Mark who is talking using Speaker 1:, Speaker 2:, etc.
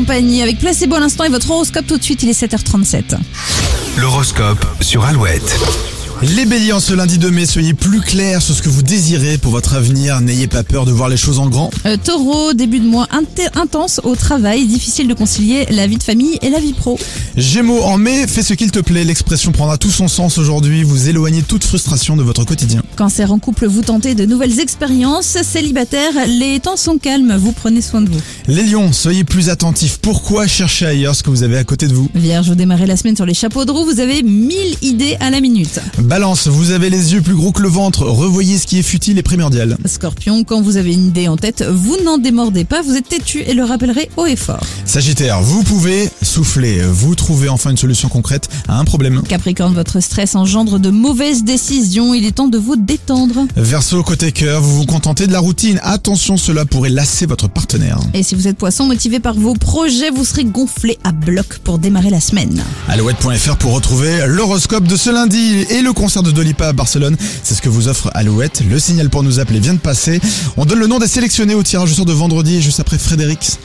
Speaker 1: compagnie avec Placebo à l'instant et votre horoscope tout de suite, il est 7h37.
Speaker 2: L'horoscope sur Alouette.
Speaker 3: Les béliers en ce lundi 2 mai, soyez plus clairs sur ce que vous désirez pour votre avenir. N'ayez pas peur de voir les choses en grand.
Speaker 1: Euh, taureau, début de mois inté- intense au travail, difficile de concilier la vie de famille et la vie pro.
Speaker 3: Gémeaux en mai, fais ce qu'il te plaît. L'expression prendra tout son sens aujourd'hui. Vous éloignez toute frustration de votre quotidien.
Speaker 1: Cancer en couple, vous tentez de nouvelles expériences. Célibataire, les temps sont calmes, vous prenez soin de vous.
Speaker 3: Les lions, soyez plus attentifs. Pourquoi chercher ailleurs ce que vous avez à côté de vous
Speaker 1: Vierge, vous démarrez la semaine sur les chapeaux de roue, vous avez 1000 idées à la minute.
Speaker 3: Balance, vous avez les yeux plus gros que le ventre. Revoyez ce qui est futile et primordial.
Speaker 1: Scorpion, quand vous avez une idée en tête, vous n'en démordez pas, vous êtes têtu et le rappellerez haut et fort.
Speaker 3: Sagittaire, vous pouvez souffler. Vous trouvez enfin une solution concrète à un problème.
Speaker 1: Capricorne, votre stress engendre de mauvaises décisions, il est temps de vous détendre.
Speaker 3: Verseau côté cœur, vous vous contentez de la routine. Attention, cela pourrait lasser votre partenaire.
Speaker 1: Et si vous êtes poisson motivé par vos projets, vous serez gonflé à bloc pour démarrer la semaine.
Speaker 3: Alouette.fr pour retrouver l'horoscope de ce lundi et le concert de Dolipa à Barcelone. C'est ce que vous offre Alouette. Le signal pour nous appeler vient de passer. On donne le nom des sélectionnés au tirage au sort de vendredi juste après Frédéric.